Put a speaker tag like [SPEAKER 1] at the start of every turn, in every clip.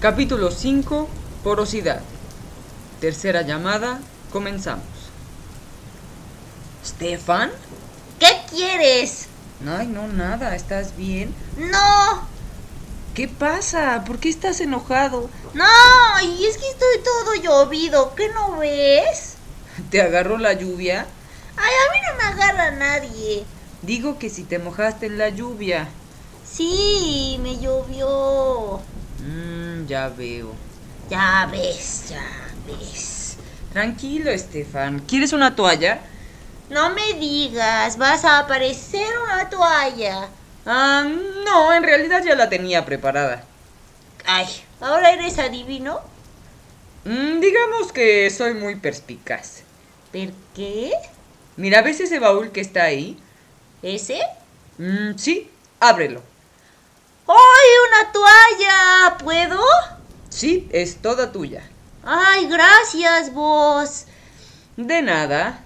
[SPEAKER 1] Capítulo 5. Porosidad. Tercera llamada. Comenzamos. ¿Stefan?
[SPEAKER 2] ¿Qué quieres?
[SPEAKER 1] Ay, no, nada. ¿Estás bien?
[SPEAKER 2] No,
[SPEAKER 1] ¿Qué pasa? ¿Por qué estás enojado?
[SPEAKER 2] no, y es que estoy todo llovido, ¿qué no ves?
[SPEAKER 1] ¿Te agarró la lluvia?
[SPEAKER 2] Ay, a mí no me agarra nadie.
[SPEAKER 1] Digo que si te mojaste en la lluvia.
[SPEAKER 2] Sí, me llovió.
[SPEAKER 1] Mmm, ya veo.
[SPEAKER 2] Ya ves, ya ves.
[SPEAKER 1] Tranquilo, Estefan. ¿Quieres una toalla?
[SPEAKER 2] No me digas, vas a aparecer una toalla.
[SPEAKER 1] Ah, no, en realidad ya la tenía preparada.
[SPEAKER 2] Ay, ¿ahora eres adivino?
[SPEAKER 1] Mm, digamos que soy muy perspicaz.
[SPEAKER 2] ¿Per qué?
[SPEAKER 1] Mira, ¿ves ese baúl que está ahí?
[SPEAKER 2] ¿Ese?
[SPEAKER 1] Mm, sí, ábrelo.
[SPEAKER 2] ¡Ay, una toalla! ¿Puedo?
[SPEAKER 1] Sí, es toda tuya.
[SPEAKER 2] Ay, gracias vos.
[SPEAKER 1] De nada.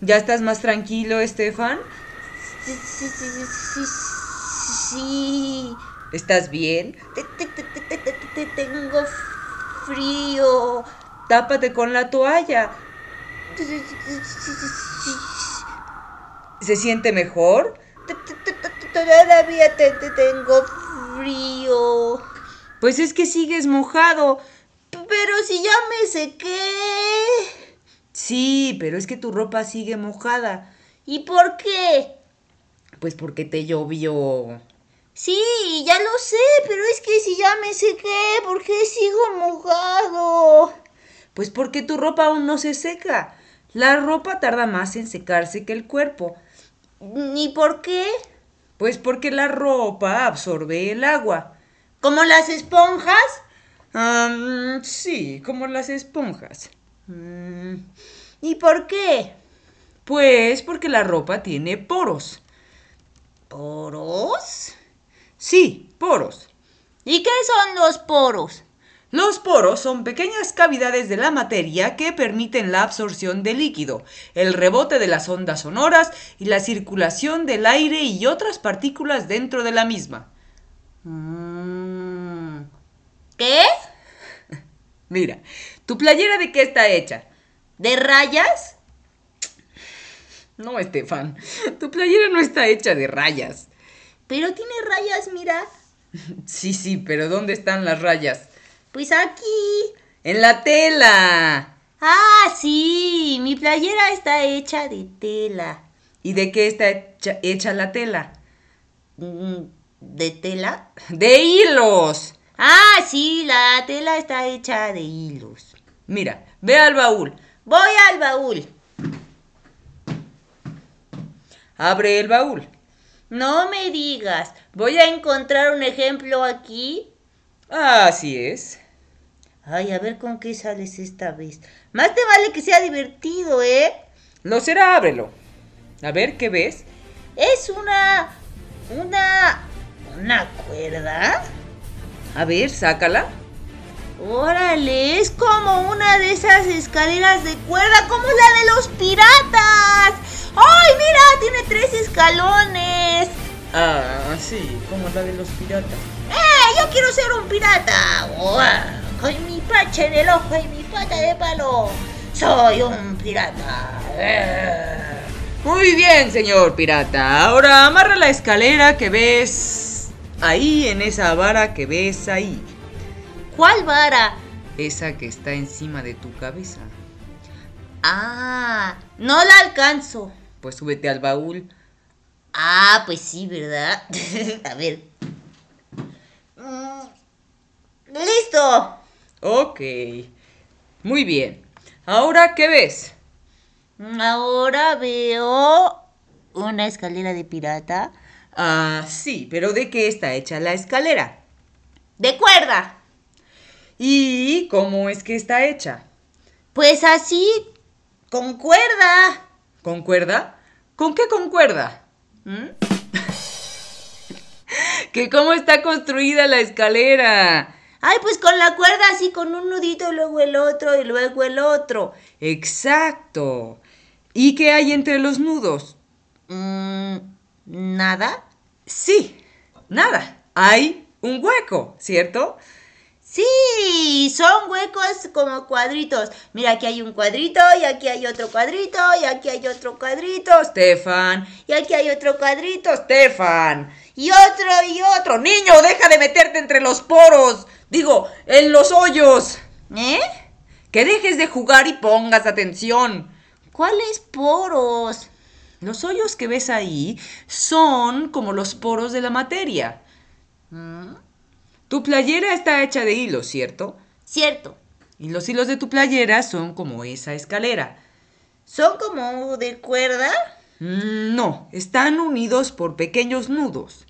[SPEAKER 1] ¿Ya estás más tranquilo, Estefan?
[SPEAKER 2] Sí, sí, sí, sí, sí, sí.
[SPEAKER 1] ¿Estás bien?
[SPEAKER 2] Te- te- te- te- te- te- te- Tengo frío.
[SPEAKER 1] Tápate con la toalla.
[SPEAKER 2] Te- te- te- te-
[SPEAKER 1] ¿Se siente mejor?
[SPEAKER 2] te- te- te- Todavía te, te- tengo frío.
[SPEAKER 1] Pues es que sigues mojado.
[SPEAKER 2] Pero si ya me sequé.
[SPEAKER 1] Sí, pero es que tu ropa sigue mojada.
[SPEAKER 2] ¿Y por qué?
[SPEAKER 1] Pues porque te llovió.
[SPEAKER 2] Sí, ya lo sé, pero es que si ya me sequé, ¿por qué sigo mojado?
[SPEAKER 1] Pues porque tu ropa aún no se seca. La ropa tarda más en secarse que el cuerpo.
[SPEAKER 2] ¿Ni por qué?
[SPEAKER 1] Pues porque la ropa absorbe el agua.
[SPEAKER 2] ¿Como las esponjas?
[SPEAKER 1] Ah, mm, sí, como las esponjas.
[SPEAKER 2] Mm, ¿Y por qué?
[SPEAKER 1] Pues porque la ropa tiene poros.
[SPEAKER 2] ¿Poros?
[SPEAKER 1] Sí, poros.
[SPEAKER 2] ¿Y qué son los poros?
[SPEAKER 1] Los poros son pequeñas cavidades de la materia que permiten la absorción de líquido, el rebote de las ondas sonoras y la circulación del aire y otras partículas dentro de la misma.
[SPEAKER 2] Mm, ¿Qué?
[SPEAKER 1] Mira, ¿tu playera de qué está hecha?
[SPEAKER 2] ¿De rayas?
[SPEAKER 1] No, Estefan, tu playera no está hecha de rayas.
[SPEAKER 2] Pero tiene rayas, mira.
[SPEAKER 1] Sí, sí, pero ¿dónde están las rayas?
[SPEAKER 2] Pues aquí.
[SPEAKER 1] En la tela.
[SPEAKER 2] Ah, sí, mi playera está hecha de tela.
[SPEAKER 1] ¿Y de qué está hecha, hecha la tela?
[SPEAKER 2] Mm, ¿De tela?
[SPEAKER 1] De hilos.
[SPEAKER 2] Ah, sí, la tela está hecha de hilos.
[SPEAKER 1] Mira, ve al baúl.
[SPEAKER 2] Voy al baúl.
[SPEAKER 1] Abre el baúl.
[SPEAKER 2] No me digas, voy a encontrar un ejemplo aquí.
[SPEAKER 1] Así es.
[SPEAKER 2] Ay, a ver con qué sales esta vez. Más te vale que sea divertido, ¿eh?
[SPEAKER 1] Lo será, ábrelo. A ver, ¿qué ves?
[SPEAKER 2] Es una... una... una cuerda.
[SPEAKER 1] A ver, sácala.
[SPEAKER 2] Órale, es como una de esas escaleras de cuerda, como la de los piratas. ¡Ay, mira! Tiene tres escalones.
[SPEAKER 1] Ah, sí, como la de los piratas.
[SPEAKER 2] ¡Eh! Yo quiero ser un pirata. ¡Uah! Con mi pacha en el ojo y mi pata de palo. Soy un pirata. ¡Eh!
[SPEAKER 1] Muy bien, señor pirata. Ahora amarra la escalera que ves ahí, en esa vara que ves ahí.
[SPEAKER 2] ¿Cuál vara?
[SPEAKER 1] Esa que está encima de tu cabeza.
[SPEAKER 2] Ah, no la alcanzo.
[SPEAKER 1] Pues súbete al baúl.
[SPEAKER 2] Ah, pues sí, ¿verdad? A ver. Mm, ¡Listo!
[SPEAKER 1] Ok. Muy bien. Ahora, ¿qué ves?
[SPEAKER 2] Mm, Ahora veo una escalera de pirata.
[SPEAKER 1] Ah, sí, pero ¿de qué está hecha la escalera?
[SPEAKER 2] ¡De cuerda!
[SPEAKER 1] ¿Y cómo es que está hecha?
[SPEAKER 2] Pues así, con cuerda.
[SPEAKER 1] ¿Concuerda? ¿Con qué concuerda? ¿Mm? ¿Que cómo está construida la escalera?
[SPEAKER 2] Ay, pues con la cuerda así, con un nudito, y luego el otro, y luego el otro.
[SPEAKER 1] Exacto. ¿Y qué hay entre los nudos?
[SPEAKER 2] Mm, ¿Nada?
[SPEAKER 1] Sí, nada. Hay un hueco, ¿cierto?
[SPEAKER 2] Sí, son huecos como cuadritos. Mira, aquí hay un cuadrito y aquí hay otro cuadrito y aquí hay otro cuadrito, Stefan. Y aquí hay otro cuadrito, Stefan. Y otro y otro.
[SPEAKER 1] Niño, deja de meterte entre los poros. Digo, en los hoyos.
[SPEAKER 2] ¿Eh?
[SPEAKER 1] Que dejes de jugar y pongas atención.
[SPEAKER 2] ¿Cuáles poros?
[SPEAKER 1] Los hoyos que ves ahí son como los poros de la materia.
[SPEAKER 2] ¿Mm?
[SPEAKER 1] Tu playera está hecha de hilos, ¿cierto?
[SPEAKER 2] Cierto.
[SPEAKER 1] Y los hilos de tu playera son como esa escalera.
[SPEAKER 2] ¿Son como de cuerda?
[SPEAKER 1] Mm, No, están unidos por pequeños nudos.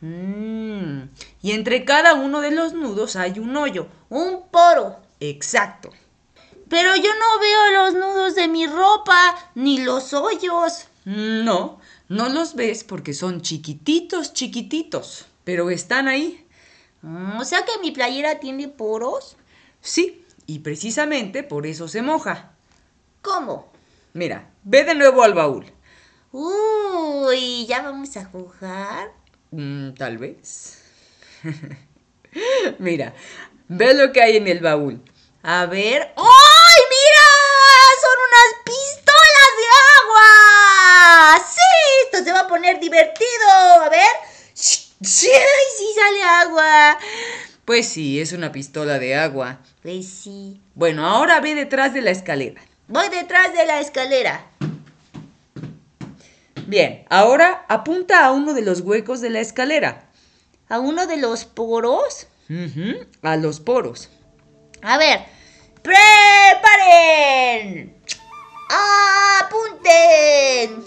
[SPEAKER 1] Mm, Y entre cada uno de los nudos hay un hoyo.
[SPEAKER 2] Un poro.
[SPEAKER 1] Exacto.
[SPEAKER 2] Pero yo no veo los nudos de mi ropa ni los hoyos.
[SPEAKER 1] Mm, No, no los ves porque son chiquititos, chiquititos. Pero están ahí.
[SPEAKER 2] Mm, O sea que mi playera tiene poros.
[SPEAKER 1] Sí, y precisamente por eso se moja.
[SPEAKER 2] ¿Cómo?
[SPEAKER 1] Mira, ve de nuevo al baúl.
[SPEAKER 2] Uy, ya vamos a jugar.
[SPEAKER 1] Mm, Tal vez. Mira, ve lo que hay en el baúl.
[SPEAKER 2] A ver. ¡Ay, mira! Son unas pistolas de agua. Sí, esto se va a poner divertido. A ver. ¡Shh! ¡Sí! ¡Ay, sí sale agua!
[SPEAKER 1] Pues sí, es una pistola de agua.
[SPEAKER 2] Pues sí.
[SPEAKER 1] Bueno, ahora ve detrás de la escalera.
[SPEAKER 2] Voy detrás de la escalera.
[SPEAKER 1] Bien, ahora apunta a uno de los huecos de la escalera.
[SPEAKER 2] ¿A uno de los poros?
[SPEAKER 1] Ujú, a los poros.
[SPEAKER 2] A ver. ¡Preparen! ¡Apunten!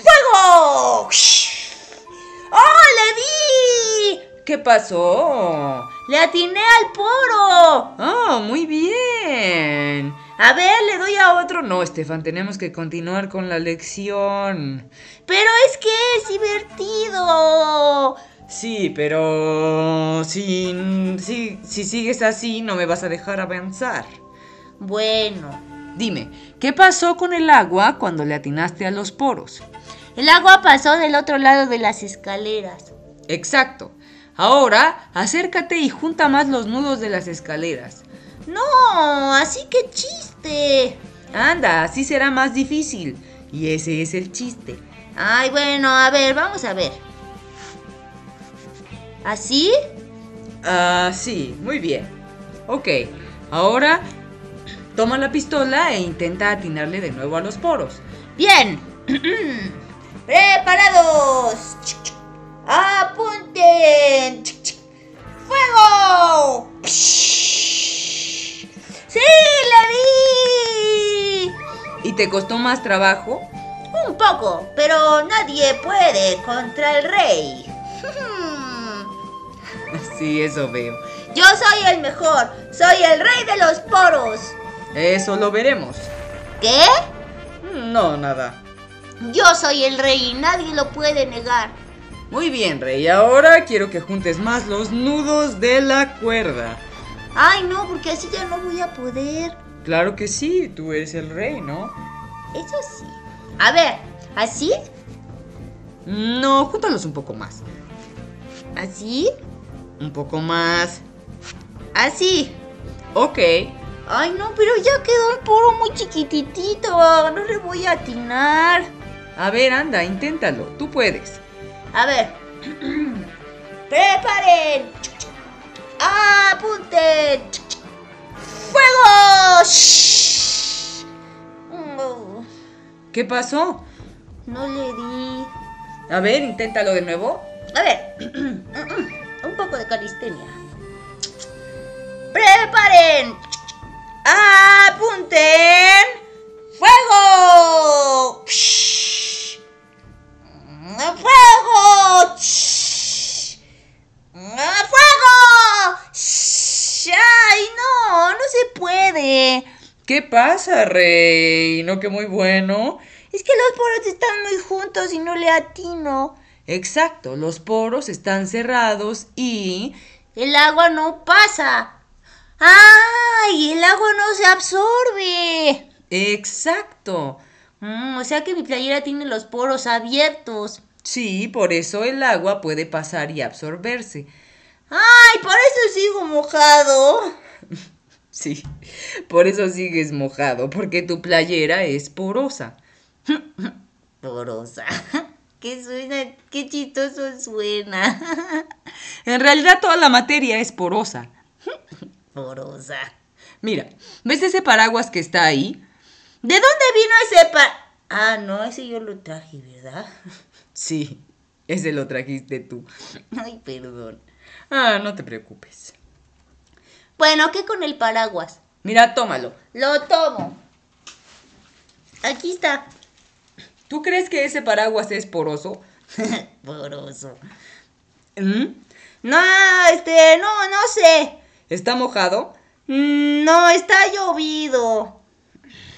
[SPEAKER 2] ¡Fuego! ¡Oh, le di!
[SPEAKER 1] ¿Qué pasó?
[SPEAKER 2] ¡Le atiné al poro! Ah,
[SPEAKER 1] Ah, muy bien.
[SPEAKER 2] A ver, le doy a otro.
[SPEAKER 1] Otro no, Estefan, tenemos que continuar con la lección.
[SPEAKER 2] Pero es que es divertido.
[SPEAKER 1] Sí, pero si, si, si sigues así no me vas a dejar avanzar.
[SPEAKER 2] Bueno,
[SPEAKER 1] Dime, ¿qué pasó con el agua cuando le atinaste a los poros?
[SPEAKER 2] el agua pasó del otro lado de las escaleras.
[SPEAKER 1] Exacto. Ahora, acércate y junta más los nudos de las escaleras.
[SPEAKER 2] No, así que chiste.
[SPEAKER 1] Anda, así será más difícil. Y ese es el chiste.
[SPEAKER 2] Ay, bueno, a ver, vamos a ver. ¿Así?
[SPEAKER 1] Ah, sí, muy bien. Ok, ahora toma la pistola e intenta atinarle de nuevo a los poros.
[SPEAKER 2] Bien. Preparados. Apunten. Fuego. Sí, le di.
[SPEAKER 1] ¿Y te costó más trabajo?
[SPEAKER 2] Un poco, pero nadie puede contra el rey.
[SPEAKER 1] Sí, eso veo.
[SPEAKER 2] Yo soy el mejor, soy el rey de los poros.
[SPEAKER 1] Eso lo veremos.
[SPEAKER 2] ¿Qué?
[SPEAKER 1] No, nada.
[SPEAKER 2] Yo soy el rey y nadie lo puede negar.
[SPEAKER 1] Muy bien, Rey. Ahora quiero que juntes más los nudos de la cuerda.
[SPEAKER 2] Ay, no, porque así ya no voy a poder.
[SPEAKER 1] Claro que sí, tú eres el rey, ¿no?
[SPEAKER 2] Eso sí. A ver, ¿así?
[SPEAKER 1] No, júntalos un poco más.
[SPEAKER 2] ¿Así?
[SPEAKER 1] Un poco más.
[SPEAKER 2] ¿Así?
[SPEAKER 1] Ok.
[SPEAKER 2] Ay, no, pero ya quedó un poro muy chiquititito. No le voy a atinar.
[SPEAKER 1] A ver, anda, inténtalo. Tú puedes.
[SPEAKER 2] A ver. Preparen. Ah, Apunten. Fuego. Shh. Oh,
[SPEAKER 1] ¿Qué pasó?
[SPEAKER 2] No le di.
[SPEAKER 1] A ver, inténtalo de nuevo.
[SPEAKER 2] A ver. Un poco de calistenia. Preparen. Apunten. Fuego. Shh. Fuego. Shh. ¡Ah, ¡Fuego! ¡Shh! ¡Ay, no! ¡No se puede!
[SPEAKER 1] ¿Qué pasa, Rey? ¿No que muy bueno?
[SPEAKER 2] Es que los poros están muy juntos y no le atino.
[SPEAKER 1] Exacto, los poros están cerrados y...
[SPEAKER 2] El agua no pasa. ¡Ay! El agua no se absorbe.
[SPEAKER 1] Exacto.
[SPEAKER 2] Mm, o sea que mi playera tiene los poros abiertos.
[SPEAKER 1] Sí, por eso el agua puede pasar y absorberse.
[SPEAKER 2] ¡Ay! Por eso sigo sigo mojado.
[SPEAKER 1] Sí, por eso sigues mojado, porque tu playera es porosa.
[SPEAKER 2] Porosa. Qué suena, qué chistoso suena.
[SPEAKER 1] En realidad toda la materia es porosa.
[SPEAKER 2] Porosa.
[SPEAKER 1] Mira, ¿ves ese paraguas que está ahí?
[SPEAKER 2] ¿De dónde vino ese pa? Ah, no, ese yo lo traje, ¿verdad?
[SPEAKER 1] Sí, ese lo trajiste tú.
[SPEAKER 2] Ay, perdón.
[SPEAKER 1] Ah, no te preocupes.
[SPEAKER 2] Bueno, ¿qué con el paraguas?
[SPEAKER 1] Mira, tómalo.
[SPEAKER 2] Lo tomo. Aquí está.
[SPEAKER 1] ¿Tú crees que ese paraguas es poroso?
[SPEAKER 2] Poroso.
[SPEAKER 1] ¿Mm?
[SPEAKER 2] No, este, no, no sé.
[SPEAKER 1] ¿Está mojado?
[SPEAKER 2] Mm, No, está llovido.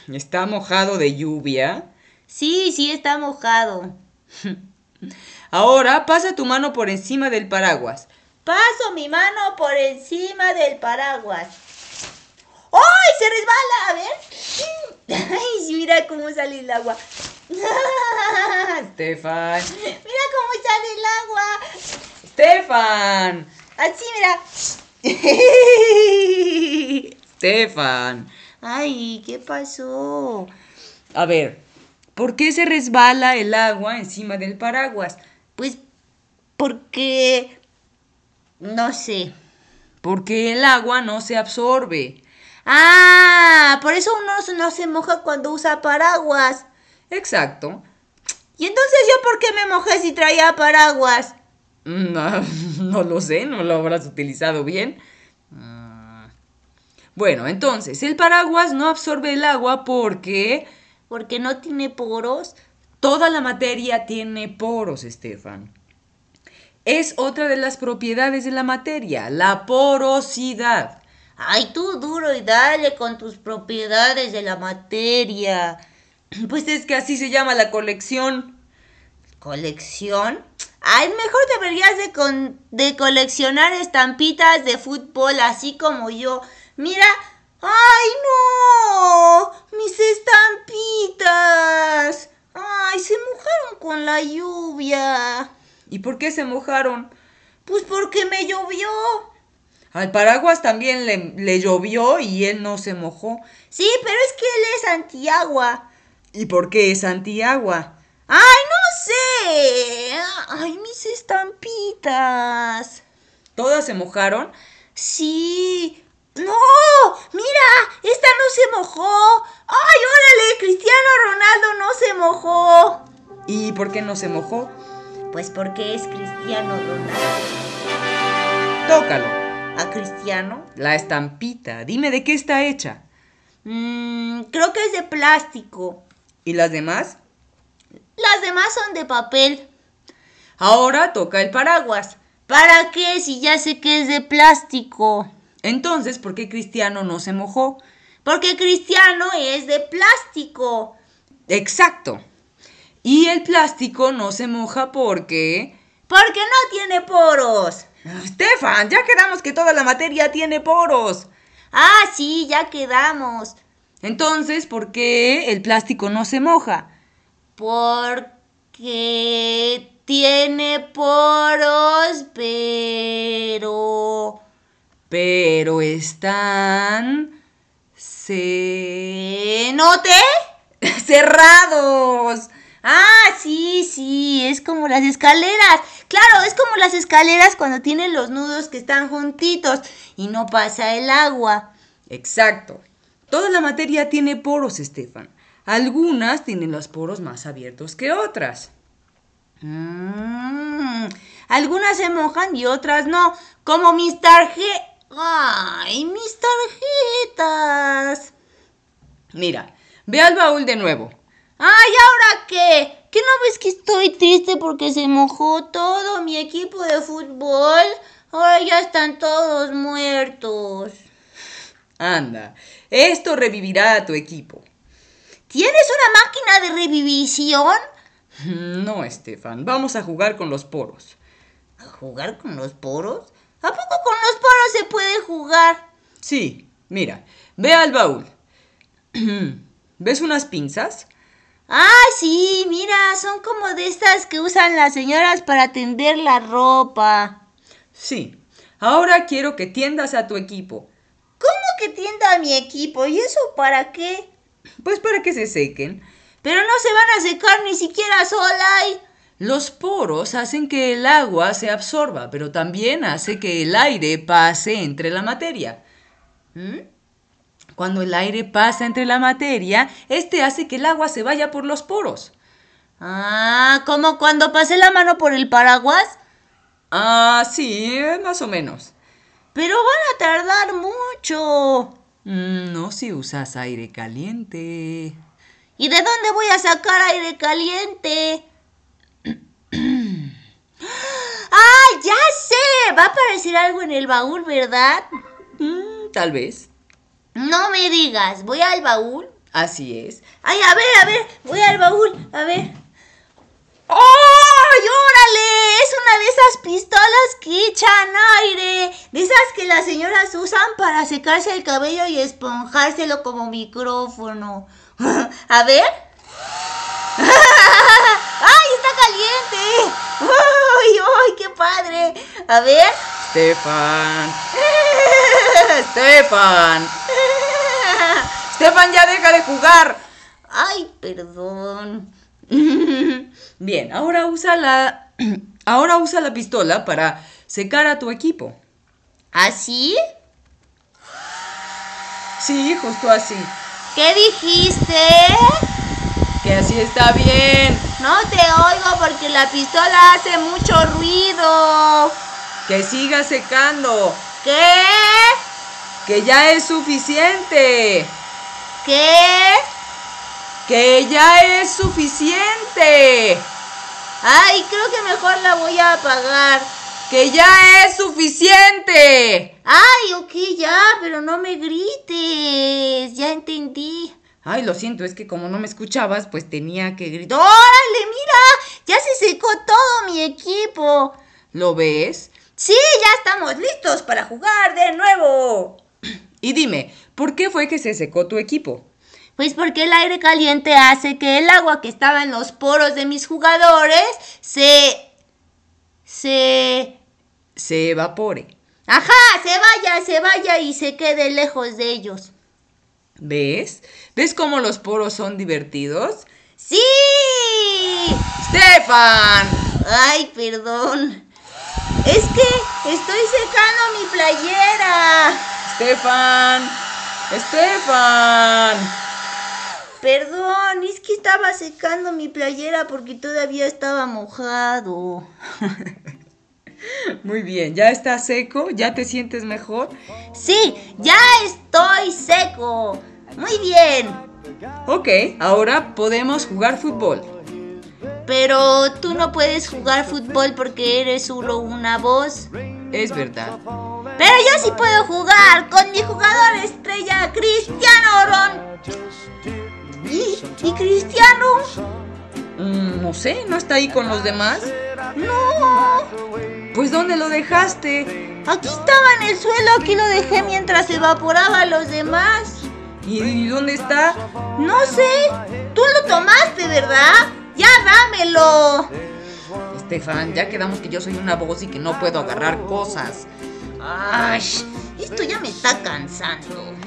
[SPEAKER 1] ¿Está mojado de lluvia?
[SPEAKER 2] Sí, sí, está mojado.
[SPEAKER 1] Ahora pasa tu mano por encima del paraguas.
[SPEAKER 2] Paso mi mano por encima del paraguas. ¡Ay! Se resbala, a ver. Ay, mira cómo sale el agua. Mira
[SPEAKER 1] Stefan.
[SPEAKER 2] cómo sale el agua.
[SPEAKER 1] Stefan.
[SPEAKER 2] Así, mira.
[SPEAKER 1] Stefan.
[SPEAKER 2] Ay, ¿qué pasó?
[SPEAKER 1] A ver, ¿por qué se resbala el agua encima del paraguas?
[SPEAKER 2] Pues porque... No sé.
[SPEAKER 1] Porque el agua no se absorbe.
[SPEAKER 2] Ah, por eso uno no se moja cuando usa paraguas.
[SPEAKER 1] Exacto.
[SPEAKER 2] ¿Y entonces yo por qué me mojé si traía paraguas?
[SPEAKER 1] No, Mm, ah, no lo sé, no lo habrás utilizado bien. Ah. Bueno, entonces, el paraguas no absorbe el agua porque
[SPEAKER 2] Porque no tiene poros.
[SPEAKER 1] toda la materia tiene poros, Estefan. Es otra de las propiedades de la materia, la porosidad.
[SPEAKER 2] Ay, tú duro y dale con tus propiedades de la materia.
[SPEAKER 1] Pues es que así se llama la colección.
[SPEAKER 2] ¿Colección? Ay, mejor deberías de, con- de coleccionar estampitas de fútbol, así como yo. Mira, ay no, mis estampitas. Ay, se mojaron con la lluvia.
[SPEAKER 1] ¿Y por qué se mojaron?
[SPEAKER 2] Pues porque me llovió.
[SPEAKER 1] Al paraguas también le, le llovió y él no se mojó.
[SPEAKER 2] Sí, pero es que él es antiagua.
[SPEAKER 1] ¿Y por qué es antiagua?
[SPEAKER 2] ¡Ay, no sé! ¡Ay, mis estampitas!
[SPEAKER 1] ¿Todas se mojaron?
[SPEAKER 2] ¡Sí! ¡No! ¡Mira! ¡Esta no se mojó! ¡Ay, órale! ¡Cristiano Ronaldo no se mojó!
[SPEAKER 1] ¿Y por qué no se mojó?
[SPEAKER 2] Pues porque es Cristiano Ronaldo.
[SPEAKER 1] Tócalo.
[SPEAKER 2] ¿A Cristiano?
[SPEAKER 1] La estampita. Dime de qué está hecha.
[SPEAKER 2] Mmm, creo que es de plástico.
[SPEAKER 1] ¿Y las demás?
[SPEAKER 2] Las demás son de papel.
[SPEAKER 1] Ahora toca el paraguas.
[SPEAKER 2] ¿Para qué si ya sé que es de plástico?
[SPEAKER 1] Entonces, ¿por qué Cristiano no se mojó?
[SPEAKER 2] Porque Cristiano es de plástico.
[SPEAKER 1] Exacto. Y el plástico no se moja porque... ah,
[SPEAKER 2] Porque no tiene poros.
[SPEAKER 1] Stefan, ya quedamos que toda la materia tiene poros.
[SPEAKER 2] Ah, sí, ya quedamos.
[SPEAKER 1] Entonces, ¿por qué el plástico no se moja?
[SPEAKER 2] Porque tiene poros, pero
[SPEAKER 1] Pero están... Se...
[SPEAKER 2] ¿Eh, ¿no te?
[SPEAKER 1] cerrados.
[SPEAKER 2] Ah, sí, sí, es como las escaleras. Claro, es como las escaleras cuando tienen los nudos que están juntitos y no pasa el agua.
[SPEAKER 1] Exacto. Toda la materia tiene poros, Estefan. Algunas tienen los poros más abiertos que otras.
[SPEAKER 2] Mm, algunas se mojan y otras no, como mis tarjetas. ¡Ay, mis tarjetas!
[SPEAKER 1] Mira, ve al baúl de nuevo.
[SPEAKER 2] ¡Ay, ahora qué! ¿Qué no ves que estoy triste porque se mojó todo mi equipo de fútbol? Ahora ya están todos muertos.
[SPEAKER 1] Anda, esto revivirá a tu equipo.
[SPEAKER 2] ¿Tienes una máquina de revivisión?
[SPEAKER 1] Mm, No, Estefan, vamos a jugar con los poros.
[SPEAKER 2] ¿A jugar con los poros? ¿A poco con los poros se puede jugar?
[SPEAKER 1] Sí, mira, ve al baúl. ¿Ves unas pinzas?
[SPEAKER 2] Ah, sí, mira, son como de estas que usan las señoras para tender la ropa.
[SPEAKER 1] Sí. Ahora quiero que tiendas a tu equipo.
[SPEAKER 2] ¿Cómo que tienda a mi equipo? ¿Y eso para qué?
[SPEAKER 1] Pues para que se sequen.
[SPEAKER 2] Pero no se van a secar ni siquiera sola. y-
[SPEAKER 1] Los poros hacen que el agua se absorba, pero también hace que el aire pase entre la materia. ¿Mm? Cuando el aire pasa entre la materia, este hace que el agua se vaya por los poros.
[SPEAKER 2] Ah, como cuando pasé la mano por el paraguas.
[SPEAKER 1] Ah, sí, más o menos.
[SPEAKER 2] Pero van a tardar mucho.
[SPEAKER 1] Mm, No si usas aire caliente.
[SPEAKER 2] ¿Y de dónde voy a sacar aire caliente? ¡Ah, ya sé! Va a aparecer algo en el baúl, ¿verdad?
[SPEAKER 1] Mm, tal vez.
[SPEAKER 2] No me digas, voy al baúl.
[SPEAKER 1] Así es.
[SPEAKER 2] Ay, a ver, a ver, voy al baúl, a ver. ¡Oh! ¡Órale! Es una de esas pistolas que echan aire. De esas que las señoras usan para secarse el cabello y esponjárselo como micrófono. a ver. ¡Ay, está caliente! ¡Ay, ay, qué padre! A ver.
[SPEAKER 1] Stefan. Stefan. Stefan, ya deja de jugar.
[SPEAKER 2] Ay, perdón.
[SPEAKER 1] Bien, ahora usa la ahora usa la pistola para secar a tu equipo.
[SPEAKER 2] ¿Así?
[SPEAKER 1] Sí, justo así.
[SPEAKER 2] ¿Qué dijiste?
[SPEAKER 1] Que así está bien.
[SPEAKER 2] No te oigo porque la pistola hace mucho ruido.
[SPEAKER 1] Que siga secando.
[SPEAKER 2] ¿Qué?
[SPEAKER 1] Que ya es suficiente.
[SPEAKER 2] ¿Qué?
[SPEAKER 1] Que ya es suficiente.
[SPEAKER 2] Ay, creo que mejor la voy a apagar.
[SPEAKER 1] Que ya es suficiente.
[SPEAKER 2] Ay, ok, ya, pero no me grites. Ya entendí.
[SPEAKER 1] Ay, lo siento, es que como no me escuchabas, pues tenía que gritar.
[SPEAKER 2] ¡Órale, mira! Ya se secó todo mi equipo.
[SPEAKER 1] ¿Lo ves?
[SPEAKER 2] Sí, ya estamos listos para jugar de nuevo.
[SPEAKER 1] Y dime, ¿por qué fue que se secó tu equipo?
[SPEAKER 2] Pues porque el aire caliente hace que el agua que estaba en los poros de mis jugadores se... se...
[SPEAKER 1] Se evapore.
[SPEAKER 2] Ajá, se vaya, se vaya y se quede lejos de ellos.
[SPEAKER 1] ¿Ves? ¿Ves cómo los poros son divertidos?
[SPEAKER 2] ¡Sí!
[SPEAKER 1] ¡Stefan!
[SPEAKER 2] Ay, perdón. Es que estoy secando mi playera.
[SPEAKER 1] ¡Stefan! ¡Stefan!
[SPEAKER 2] Perdón, es que estaba secando mi playera porque todavía estaba mojado.
[SPEAKER 1] Muy bien, ¿ya está seco? ¿Ya te sientes mejor?
[SPEAKER 2] Sí, ya estoy seco. Muy bien.
[SPEAKER 1] Ok, ahora podemos jugar fútbol.
[SPEAKER 2] Pero tú no puedes jugar fútbol porque eres solo una voz.
[SPEAKER 1] Es verdad.
[SPEAKER 2] Pero yo sí puedo jugar con mi jugador estrella Cristiano Ron. ¿Y, y Cristiano?
[SPEAKER 1] Mm, no sé, ¿no está ahí con los demás?
[SPEAKER 2] No.
[SPEAKER 1] Pues ¿dónde lo dejaste?
[SPEAKER 2] Aquí estaba en el suelo, aquí lo dejé mientras evaporaba a los demás.
[SPEAKER 1] ¿Y, y dónde está?
[SPEAKER 2] No sé. Tú lo tomaste, ¿verdad? Ya dámelo.
[SPEAKER 1] Estefan, ya quedamos que yo soy una voz y que no puedo agarrar cosas.
[SPEAKER 2] Ay, esto ya me está cansando.